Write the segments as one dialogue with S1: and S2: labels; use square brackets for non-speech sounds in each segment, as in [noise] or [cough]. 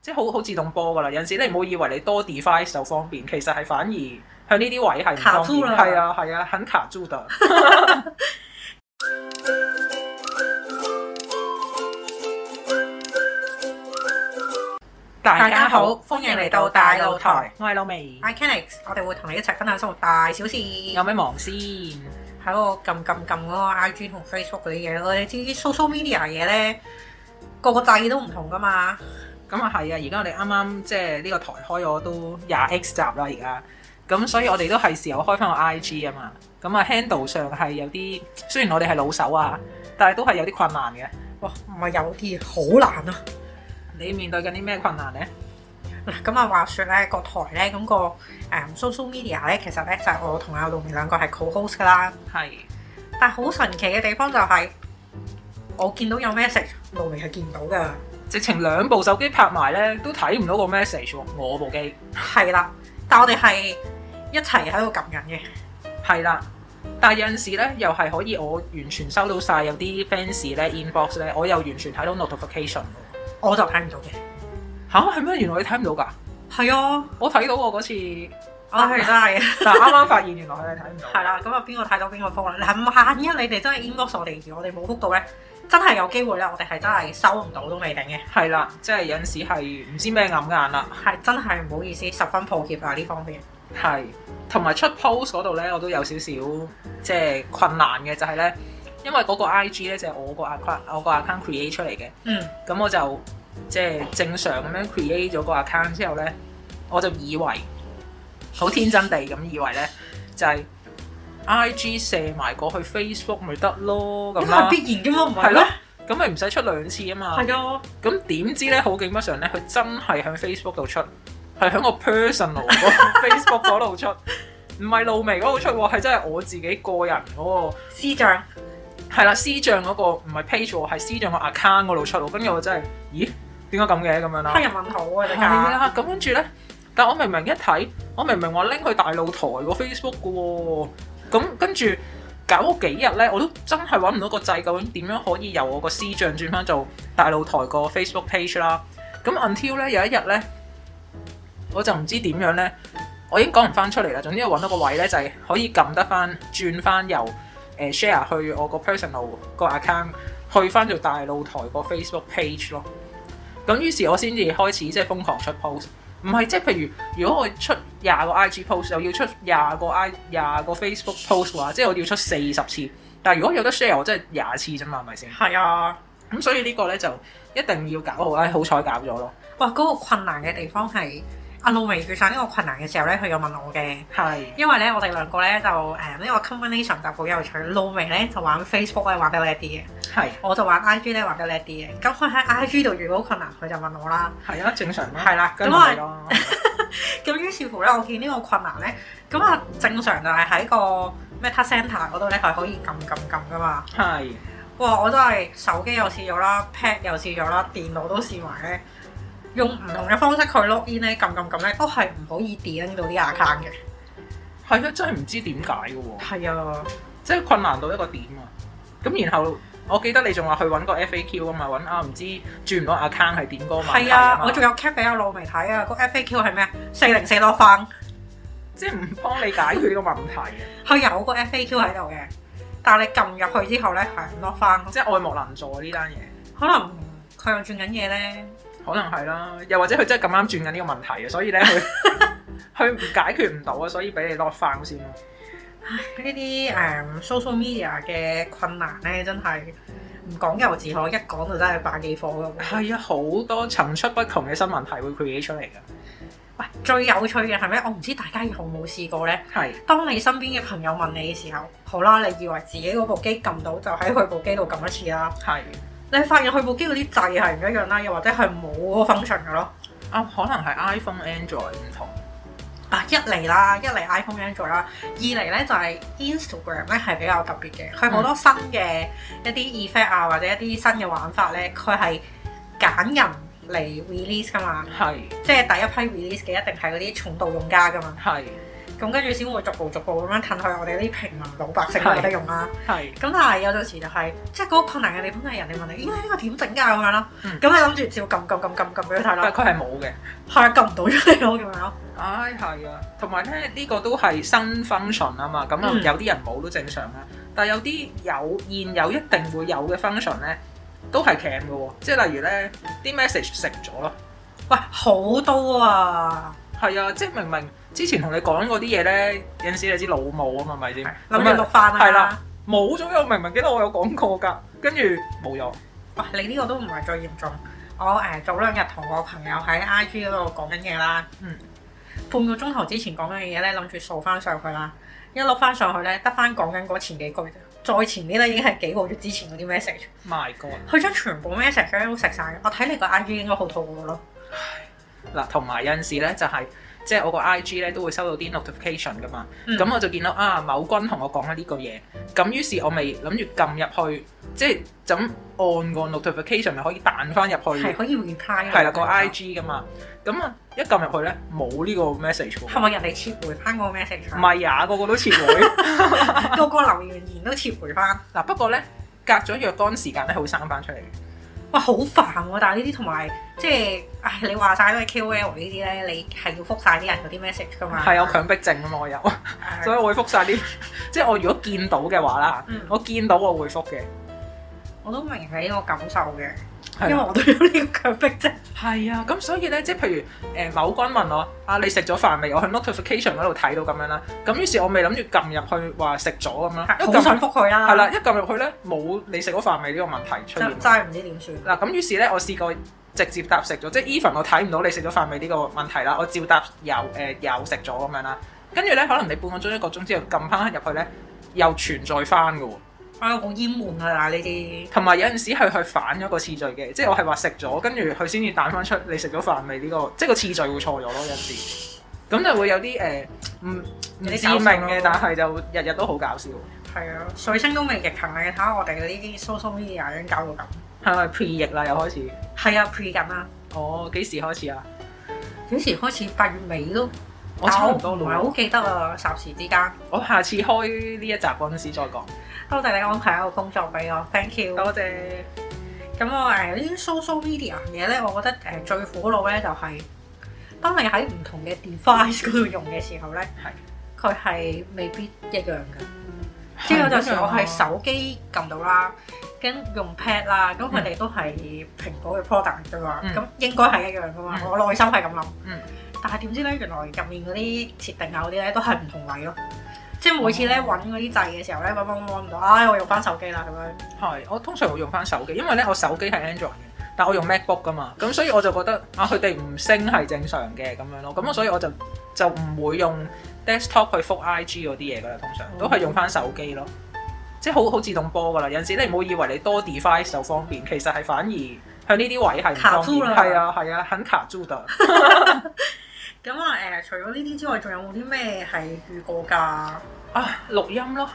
S1: 即係好好自動波㗎啦。有陣時你唔好以為你多 device 就方便，其實係反而向呢啲位係唔
S2: 卡
S1: 方
S2: 住
S1: 便。
S2: 啦
S1: 係啊係啊，很卡住的。 [laughs] 大家好，歡迎嚟到大露台，我係老味。
S2: i c a n i c s 我哋會同你一齊分享生活大小事，
S1: 有咩忙先？
S2: 喺度撳撳撳嗰個 IG 同 Facebook 嗰啲嘢咯。你知 social media 嘢咧，個個掣都唔同噶嘛。
S1: 咁啊係啊！而家我哋啱啱即係呢個台開咗都廿 X 集啦，而家咁所以我哋都係時候開翻個 IG 啊嘛。咁啊 handle 上係有啲，雖然我哋係老手啊，但係都係有啲困難嘅。
S2: 哇，唔係有啲好難啊！
S1: 你面對緊啲咩困難呢？
S2: 嗱，咁啊話說咧，個台咧咁、個誒、social media 咧，其實咧就係、我同阿露明兩個係 co-host 噶啦。
S1: 係
S2: 但係好神奇嘅地方就係、我見到有 message，露明係見唔到噶。
S1: 直情兩部手機拍埋呢，都睇唔到個 message 喎。我部機
S2: 係啦，但我哋係一齊喺度撳緊嘅。
S1: 係啦，但係有陣時呢，又係可以我完全收到晒有啲 fans 呢 inbox 呢，我又完全睇到 notification 喎。
S2: 我就睇唔到嘅。
S1: 嚇係咩？原來你睇唔到㗎？
S2: 係啊，
S1: 我睇到喎嗰次。
S2: 我係真係
S1: 但係啱啱發現原來佢哋睇唔到。
S2: 係啦。咁啊，邊個睇到邊個覆啦？嗱，萬一你哋真係 inbox 我哋，而我哋冇覆到咧，真係有機會咧，我哋係真係收唔到都未定嘅。
S1: 係啦，即係有陣時係唔知咩暗眼啦。
S2: 係真係唔好意思，十分抱歉啊呢方面。
S1: 係，同埋出 post 嗰度咧，我都有少少即係困難嘅，就係、呢，咧，因為嗰個 IG 咧就係、我個 account，我個 account create 出嚟嘅，
S2: 嗯，
S1: 咁我就即係正常咁樣 create 咗個 account 之後咧，我就以為好天真地咁以為咧，就係、IG 射埋過去 Facebook 咪得咯
S2: 呢
S1: 咁
S2: 個係
S1: 啦，
S2: 必然嘅嘛，唔係
S1: 係咯
S2: 咩？，
S1: 咁咪唔使出兩次啊嘛。
S2: 係啊，
S1: 咁點知咧好景不常咧，佢真係喺 Facebook 度出，係喺我 personal 嗰個 [laughs] Facebook 嗰度出，唔係露眉嗰度出喎，係真係我自己個人嗰、
S2: 師長
S1: 個，係啦，私帳嗰、個唔係 page 喎，係私帳個 account 嗰度出喎，跟住我真係，咦，點解咁嘅咁樣啦
S2: 黑？人問號啊，
S1: 係
S2: 你家
S1: 啦，咁跟住咧，但我明明一睇，我明明話拎去大露台個 Facebook 嘅喎，咁跟住搞咗幾日咧，我都真係揾唔到個掣，究竟點樣可以由我個私像轉翻做大露台個 Facebook page 啦？咁 until 咧有一日咧，我就唔知點樣咧，我已經講唔翻出嚟啦。總之我揾到個位咧，就係、可以撳得翻轉翻由誒、呃 share 去我個 personal 個 account，去翻做大露台個 Facebook page 咯。咁於是我先至開始即係瘋狂出 post，唔係即係譬如如果我出廿個 IG post，又要出廿個 I 廿個 Facebook post 嘅話，即係我要出四十次。但係如果有得 share，我真係廿次啫嘛，係咪先？
S2: 係啊。
S1: 咁所以呢個咧就一定要搞好啦，好彩搞咗咯。
S2: 哇！嗰、個困難嘅地方係阿露薇遇上呢個困難嘅時候咧，佢有問我嘅。
S1: 係
S2: 因為咧，我哋兩個咧就誒呢、個 combination 就好有趣。露薇咧就玩 Facebook 咧玩得叻啲嘅，
S1: 係
S2: 我就玩 IG 咧玩得叻啲嘅。咁佢喺 IG 度遇到困難，佢就問我啦。
S1: 係啊，正常啦。
S2: 係啦
S1: 跟
S2: 咁
S1: 住
S2: 我
S1: 咪咯。
S2: 咁於是乎咧，我見呢個困難咧，咁啊正常就係喺個 Meta Center 嗰度咧係可以撳撳撳噶嘛。
S1: 係
S2: 哇！我都係手機又試咗啦，pad 又試咗啦，電腦都試埋咧，用唔同嘅方式去 log in 咧，撳撳撳咧，都係唔可以 delete 到啲 account 嘅。
S1: 係啊，真係唔知點解嘅喎，
S2: 係啊，
S1: 即係困難到一個點啊！咁然後我記得你仲話去揾個 FAQ 啊嘛，揾啊唔知轉唔到 account 係點嗰個問題
S2: 係啊
S1: 嘛，
S2: 我仲有 cap 俾阿露未睇啊，個 FAQ 係咩啊？四零四多分，
S1: 即係唔幫你解決呢個問題啊！ [laughs]
S2: 佢有個 FAQ 喺度嘅，但係你撳入去之後咧係唔多分，
S1: 即係愛莫能助啊呢單嘢，
S2: 可能佢又轉緊嘢咧。
S1: 可能係啦，又或者佢真係咁啱轉緊呢個問題啊，所以咧佢 [laughs] 佢唔解決唔到啊，所以俾你落翻先咯。啊
S2: 呢啲誒 social media 嘅困難咧，真係唔講又自可，一講就真係百幾火㗎
S1: [laughs]
S2: 喎。
S1: 係啊，好多層出不窮嘅新問題會 create 出嚟㗎。
S2: 喂，最有趣嘅係咩？我唔知大家有冇試過呢？
S1: 係
S2: 當你身邊嘅朋友問你嘅時候，好啦，你以為自己嗰部機撳到，就喺佢部機度撳一次啦。
S1: 係
S2: 你發現佢部機嗰啲掣係唔一樣啦，又或者係冇嗰個 function 嘅咯。
S1: 啊，可能係 iPhone、Android 唔同。
S2: 啊，一嚟啦，一嚟 iPhone、Android 啦，二嚟呢就係 Instagram 呢係比較特別嘅，
S1: 嗯
S2: 佢好多新嘅一啲 effect 啊，或者一啲新嘅玩法呢，佢係揀人嚟 release 噶嘛，
S1: 係
S2: 即係第一批 release 嘅一定係嗰啲重度用家噶嘛。
S1: 係
S2: 咁跟住先會逐步逐步咁樣褪去我哋啲平民老百姓
S1: 係
S2: 我哋用啦。
S1: 係
S2: 咁但係有陣時就係、即係嗰個困難嘅地方就係人哋問你，咦呢個點整㗎咁樣咯
S1: 嗯。
S2: 咁你諗住照撳撳撳撳撳俾佢睇
S1: 但係
S2: 咯，
S1: 佢係冇嘅。
S2: 係啊撳唔到出嚟咯咁樣咯。
S1: 唉，係啊，同埋咧呢個都係新 function 啊嘛，咁啊
S2: 嗯
S1: 有啲人冇都正常啦，但係有啲有現有一定會有嘅 function 咧，都係 cam 嘅喎，即係例如咧啲 message 食咗咯，
S2: 喂好多啊！
S1: 係啊，即係明明之前同你講嗰啲嘢咧，有陣時你知老母啊嘛，咪先
S2: 諗住
S1: 咁
S2: 錄
S1: 啊
S2: 飯啊，
S1: 係啦。冇咗又明明記得我有講過㗎，跟住冇咗，
S2: 喂，你呢個都唔係最嚴重。我誒、早兩日同我朋友喺 IG 嗰度講緊嘢啦，
S1: 嗯，
S2: 半個鐘頭之前講緊嘅嘢咧，諗住掃翻上去啦，一碌翻上去咧，得翻講緊嗰前幾句啫，再前啲咧已經係幾個月之前嗰啲 message，
S1: my god！
S2: 佢將全部 message 咧都食晒。我睇你個 IG 應該好肚餓咯，
S1: 嗱，同埋有陣時咧就係、即係我個 IG 咧都會收到啲 notification 㗎嘛。
S2: 嗯
S1: 咁、我就見到啊某君同我講咗呢個嘢，咁於是我咪諗住撳入去，即係就咁按個 notification 咪可以彈翻入
S2: 係
S1: 去，
S2: 可以 reply 嘅
S1: 係啦個 IG 噶嘛。咁啊一撳入去咧冇呢個 message
S2: [laughs] 係
S1: 喎，
S2: 咪人哋撤回翻個 message？
S1: 唔係啊呀個個都撤
S2: [laughs]
S1: 回。
S2: 係，個個留言言都撤回翻，
S1: 嗱不過咧隔咗若干時間咧，佢會生翻出嚟嘅。
S2: 哇好煩喎、但係呢啲同埋即係，唉你話晒都係 KOL 呢啲咧，你係要覆晒啲人嗰啲 message 㗎嘛，
S1: 係有強迫症啊嘛，我有，
S2: 係
S1: 所以我會覆晒啲，即係我如果見到嘅話啦，
S2: 嗯
S1: 我見到我會覆嘅。
S2: 我都明你呢個感受嘅，
S1: 係啊
S2: 因為
S1: 啦
S2: 我都有呢個強迫症。 [laughs]
S1: 係啊，咁所以咧，即係譬如誒、呃某君問我啊，你食咗飯未？我喺 notification 嗰度睇到咁樣啦。咁於是我咪諗住撳入去話食咗咁啦。一
S2: 啊好
S1: 撳
S2: 想覆佢啦。
S1: 係啦，一撳入去咧冇你食咗飯未呢個問題出
S2: 真，
S1: 現。
S2: 真係唔知點算。
S1: 嗱咁於是咧，我試過直接答食咗，即係 even 我睇唔到你食咗飯未呢個問題啦，我照答有誒、呃有食咗咁樣啦。跟住咧，可能你半個鐘一個鐘之後撳翻入去咧，又存在翻嘅喎。
S2: 啊，好厭悶啊！嗱，呢啲
S1: 同埋有陣時係去反咗個次序嘅，即係我係話食咗，跟住佢先至彈翻出你食咗飯未呢、個，即係個次序會錯咗咯有陣時。咁就會有啲誒唔唔
S2: 有啲
S1: 致
S2: 搞
S1: 命
S2: 笑
S1: 嘅
S2: 咯，
S1: 但係就日日都好搞笑，
S2: 係啊，水星都未逆行，你睇下我哋呢啲 social media 已經搞到咁。
S1: 係咪 pre 疫啦又開始？
S2: 係啊，pre 緊啦。
S1: 哦，幾時開始啊？
S2: 幾時開始？八月尾都，
S1: 我差唔多
S2: 但我唔係
S1: 咯，
S2: 好記得啊，霎時之間。
S1: 我下次開呢一集嗰陣時再講。
S2: 多謝你安排一個工作俾我，thank you。
S1: 多謝，
S2: 咁我誒呢啲 social media 嘢咧，我覺得誒、最苦惱咧就係、當你喺唔同嘅 device 嗰度用嘅時候咧，佢係未必一樣嘅。即係有陣時我係手機撳到啦，跟用 pad 啦，咁佢哋都係蘋果嘅 product 㗎嘛，
S1: 嗯
S2: 咁、應該係一樣㗎嘛，
S1: 嗯
S2: 我內心係咁諗。
S1: 嗯
S2: 但係點知咧，原來入面嗰啲設定啊嗰啲咧都係唔同位咯。即係每次
S1: 哦
S2: 咧揾嗰啲掣嘅時候咧，揾揾揾唔到，唉、我用翻手機啦咁樣。
S1: 係，我通常會用翻手機，因為咧我手機係 Android 嘅，但我用 MacBook 噶嘛，咁所以我就覺得啊，佢哋唔升係正常嘅咁樣咯，咁我所以我就就唔會用 desktop 去覆 IG 嗰啲嘢噶啦，通
S2: 哦
S1: 常都係用翻手機咯，即係好好自動波噶啦。有陣時你唔好以為你多 device 就方便，其實係反而向呢啲位係唔
S2: 卡
S1: 方
S2: 住
S1: 便，
S2: 啦
S1: 係啊係啊，很卡住的。
S2: 咁啊誒，除咗呢啲之外，仲有冇啲咩係遇過㗎？
S1: [laughs] 啊，錄音咯，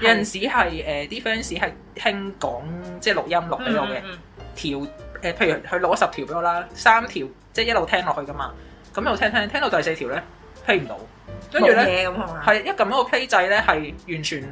S1: 有陣時係誒啲 fans 係興講即係錄音錄俾我嘅。
S2: 嗯
S1: 條誒、呃譬如佢攞十條俾我啦，三條即係一路聽落去噶嘛，咁又聽聽聽到第四條咧 play 唔到，跟住咧
S2: 咧咁係嘛？
S1: 係一撳嗰個 play 掣咧係完全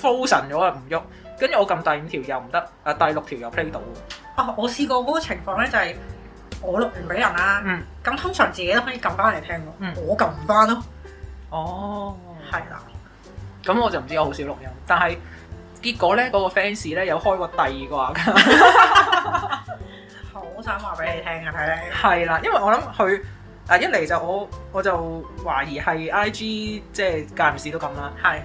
S1: frozen 咗啊唔喐，跟住我撳第五條又唔得，啊第六條又 play 到喎，
S2: 啊，我試過嗰個情況咧就係、我錄完俾人啦，
S1: 嗯
S2: 咁、通常自己都可以撳翻嚟聽咯，
S1: 嗯
S2: 我撳唔翻咯，
S1: 哦，
S2: 係啦，
S1: 咁我就唔知我好少錄音，但係結果咧嗰、個 fans 咧有開過第二個啊 account
S2: 好想話俾你聽啊，睇
S1: [laughs]
S2: 你
S1: 係啦，因為我諗佢嗱一嚟就我我就懷疑係 IG 即係間唔時都咁啦。
S2: 係，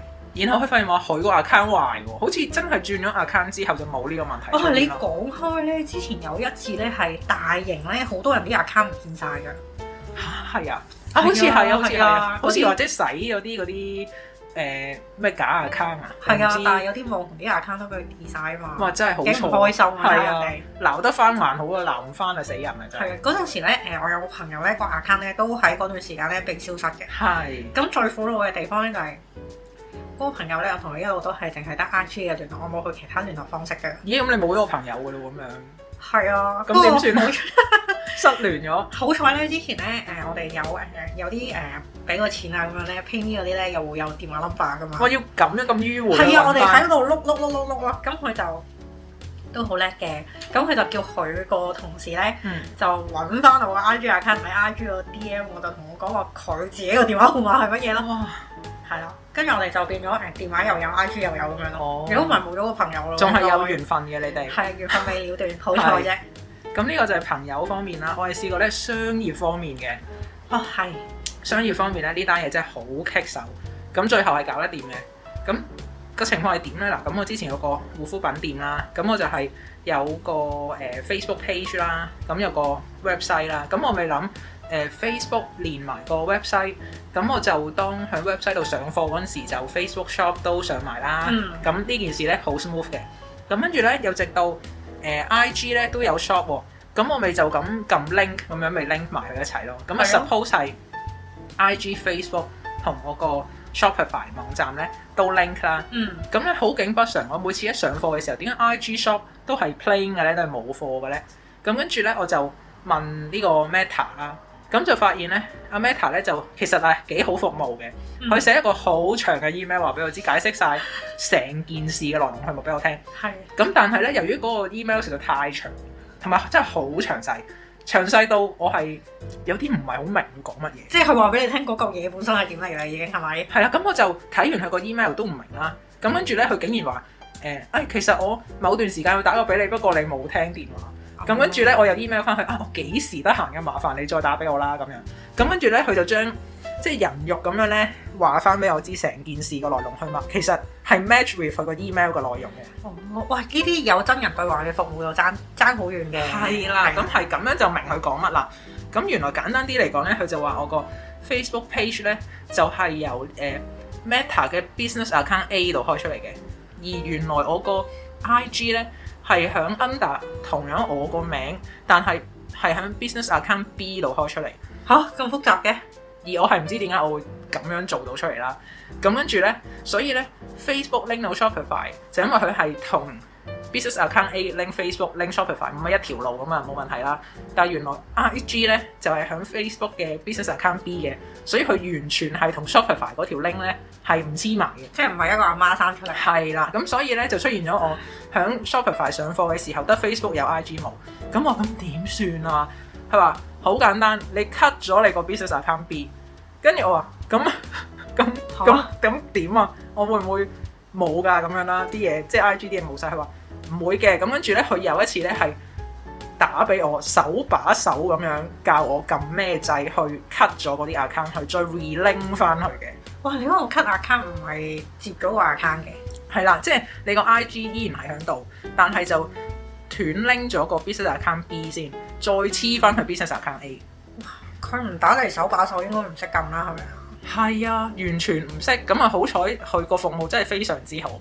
S1: 然後佢發現話佢個 account 壞喎，好似真係轉咗 account 之後就冇呢個問題出
S2: 哦，
S1: 現
S2: 你
S1: 啦。
S2: 講開咧，之前有一次咧係大型咧，好多人啲 account 唔見晒㗎，
S1: 係啊，啊好似係啊，好似係
S2: 係
S1: 啊
S2: 啊，
S1: 好似
S2: 嗰啲
S1: 或者洗嗰啲嗰啲誒咩假 account 啊，
S2: 係
S1: 唔
S2: 啊
S1: 知，
S2: 但係有啲網紅啲 account 都俾佢 delete 晒啊嘛，
S1: 哇真係好
S2: 幾唔
S1: 錯，
S2: 開心啊，
S1: 係
S2: 人
S1: 啊
S2: 哋。
S1: 鬧得翻還好啊，鬧唔翻啊死人啊真係。
S2: 係啊，嗰陣時咧，誒，我有個朋友咧個 account 咧都喺嗰段時間咧被消失嘅。
S1: 係
S2: 咁最苦惱嘅地方咧就係、嗰個朋友咧，我同佢一路都係淨係得 IG 嘅聯絡，我冇佢其他聯絡方式嘅。
S1: 咦咁你冇咗個朋友噶咯咁樣，
S2: 係啊，
S1: 咁點
S2: 不過
S1: 算啊？ [laughs] 失聯咗。
S2: 好彩咧，之前咧誒、我哋有誒、有啲誒俾個錢啊咁樣咧，PayMe 嗰啲咧又會有電話 number 噶嘛。
S1: 我要咁樣咁迂迴。
S2: 係啊，我哋
S1: 揾
S2: 喺度碌碌碌碌碌咯，咁佢就都好叻嘅，咁佢就叫佢個同事咧
S1: 嗯
S2: 就揾翻我個 IG account 喺 IG 個 DM，我就同我講話佢自己個電話號碼係乜嘢
S1: 翻
S2: 咯，
S1: 哇！
S2: 係啦，跟住我哋就變咗誒電話又有 IG 又有咁樣咯
S1: 哦，
S2: 如果唔係冇咗個朋友咯，
S1: 仲係有緣分嘅你哋。
S2: 係緣分未了斷，好彩啫，
S1: 咁呢個就係朋友方面啦。我哋試過咧商業方面嘅，
S2: 哦係，
S1: 商業方面咧呢單嘢真係好棘手。咁最後係搞得掂嘅。咁個情況係點咧？嗱，咁我之前有個護膚品店啦，咁我就係有個誒、呃 Facebook page 啦，咁有個 website 啦，咁我咪諗誒 Facebook 連埋個 website，咁我就當喺 website 度上課嗰陣時就 Facebook Shop 都上埋啦。
S2: 嗯
S1: 咁呢件事咧好 smooth 嘅。咁跟住咧又直到誒、呃 IG 咧都有 shop 喎、咁我咪就咁撳 link 咁樣咪 link 埋佢一齊咯。咁啊
S2: 係啊
S1: suppose 係 IG Facebook 同我個 Shopify 網站咧都 link 啦。
S2: 嗯
S1: 咁咧好景不常，我每次一上課嘅時候，點解 IG shop 都係 plain 嘅咧，都係冇貨嘅咧？咁跟住咧，我就問呢個 Meta 啦，咁就發現咧，阿 Meta 咧就其實係幾好服務嘅，
S2: 嗯
S1: 佢寫一個好長嘅 email 話俾我知，解釋晒成件事嘅來龍去脈俾我聽。
S2: 係
S1: 咁但係咧，由於嗰個 email 實在太長，同埋真係好詳細，詳細到我係有啲唔係好明佢講乜嘢。
S2: 即係佢話俾你聽嗰嚿嘢本身係點嚟啦，已經係咪？
S1: 係啦，咁我就睇完佢個 email 都唔明啦。咁跟住咧，佢竟然話誒，哎、其實我某段時間會打過俾你，不過你冇聽電話。咁跟住咧，我又 email 翻去啊，我幾時得閒嘅？麻煩你再打俾我啦咁樣。咁跟住咧，佢就將即係人肉咁樣咧話翻俾我知成件事個來龍去脈，其實係 match with 佢個 email 嘅內容嘅。
S2: 哦，哇！呢啲有真人對話嘅服務又爭爭好遠嘅，
S1: 咁係咁樣就明佢講乜啦。咁原來簡單啲嚟講咧，佢就話我個 Facebook page 咧就係、由誒、呃 Meta 嘅 business account A 度開出嚟嘅，而原來我個 IG 咧係響 under 同樣我個名，但係係響 business account B 度開出嚟。
S2: 嚇咁複雜嘅，
S1: 而我係唔知點解我會咁樣做到出嚟啦。咁跟住呢，所以呢 Facebook link 到 Shopify 就因為佢係同 business account A link Facebook link Shopify 唔係一條路咁啊，冇問題啦。但係原來 IG 呢就係、響 Facebook 嘅 business account B 嘅，所以佢完全係同 Shopify 嗰條 link 呢係唔黐埋嘅。
S2: 即係唔係一個阿媽生出嚟？
S1: 係啦，咁所以咧就出現咗我響 Shopify 上課嘅時候，得 Facebook 有 IG 冇，咁我咁點算啊？佢話好簡單，你 cut 咗你個 business account B，跟住我話咁 [laughs] 咁咁咁點啊？我會唔會冇㗎咁樣啦？啲嘢即係 IG 啲嘢冇晒。佢話唔會嘅。咁跟住咧，佢有一次咧係打俾我手把手咁樣教我撳咩掣去 cut 咗嗰啲 account 去再 relink 翻去嘅。
S2: 哇！你嗰個 cut account 唔係接咗個 account 嘅，
S1: 係啦，即係你個 IG 依然係喺度，但係就斷拎咗個 business account B 先，再黐翻去 business account A。
S2: 佢唔打嚟手把手應該唔識撳啦，係咪啊？
S1: 係啊，完全唔識。咁啊，好彩佢個服務真係非常之好。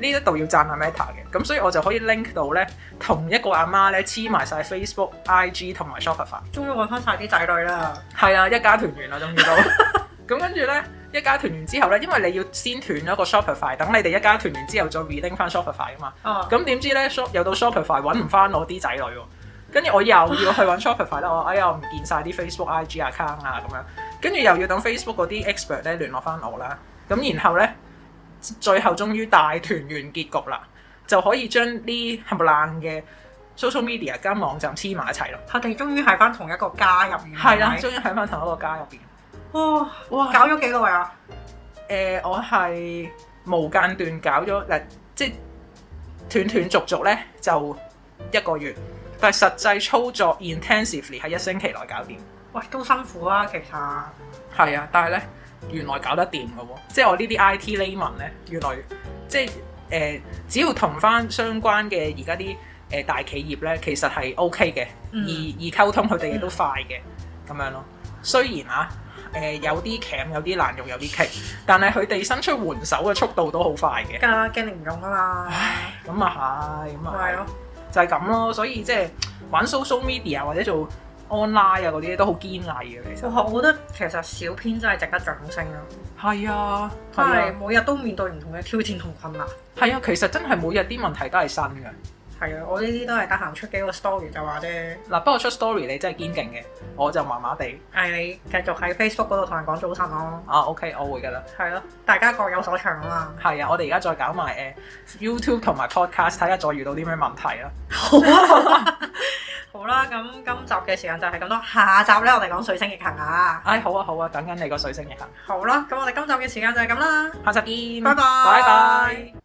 S1: 呢一度要讚下 Meta 嘅，咁所以我就可以 link 到咧同一個阿媽咧黐埋晒 Facebook、IG 同埋 Shopify。
S2: 終於揾翻晒啲仔女啦，
S1: 係啊，一家團圓啦，終於都。 [laughs] 咁跟住咧，一家團圓之後咧，因為你要先斷咗個 Shopify，等你哋一家團圓之後再 relink 翻 Shopify 啊嘛。
S2: 哦，
S1: 咁點知咧，shop 又到 Shopify 揾唔翻我啲仔女喎，跟住我又要去揾 Shopify 啦，我哎呀唔見晒啲 Facebook、IG account 啊咁樣，跟住又要等 Facebook 嗰啲 expert 咧聯絡翻我啦，咁然後咧最後終於大團圓結局啦，就可以將呢冚唪唥嘅 social media 加網站黐埋一齊咯，
S2: 佢哋終於係翻同一個家入面，
S1: 係啦，
S2: 係
S1: 終於喺翻同一個家入邊，
S2: 咪哇！
S1: 哇！
S2: 搞咗幾耐啊？
S1: 誒、呃我係無間斷搞咗嗱，即係斷斷續續咧就一個月，但係實際操作 intensively 係一星期內搞掂。
S2: 喂，都辛苦啊，其實
S1: 係啊，但係咧原來搞得掂嘅喎，即係我呢啲 IT layman 咧，原來即係誒、呃只要同翻相關嘅而家啲誒大企業咧，其實係 OK 嘅，
S2: 嗯
S1: 而而溝通佢哋亦都快嘅咁樣咯。雖然啊誒、呃有啲鉗，有啲難用，有啲棘，但係佢哋伸出援手嘅速度都好快嘅。
S2: 梗係驚唔用啊嘛，
S1: 咁啊係，咁啊
S2: 係咯，
S1: 係就係咁咯。所以即係玩 social media 或者做 online 啊嗰啲都好堅毅嘅，其實
S2: 哇我覺得其實小編真係值得掌聲啊！
S1: 係啊，
S2: 真
S1: 係啊
S2: 係每日都面對唔同嘅挑戰同困難。
S1: 係啊，其實真係每日啲問題都係新嘅，
S2: 係啊，我呢啲都係得閒出幾個 story 就話啫。
S1: 嗱，不過出 story 你真係堅勁嘅，我就麻麻地。
S2: 嗌你繼續喺 Facebook 嗰度同人講早晨咯，
S1: 啊，OK，我會㗎啦。
S2: 係咯，大家各有所長啊嘛。
S1: 係啊，我哋而家再搞埋誒、呃 YouTube 同埋 Podcast，睇下再遇到啲咩問題啦。
S2: 好啊，好啦，咁今集嘅時間就係咁多，下集咧我哋講水星逆行啊。
S1: 唉、好啊好啊，等緊你個水星逆行，
S2: 好啦，咁我哋今集嘅時間就係咁啦，
S1: 下集見，
S2: 拜拜，
S1: 拜拜。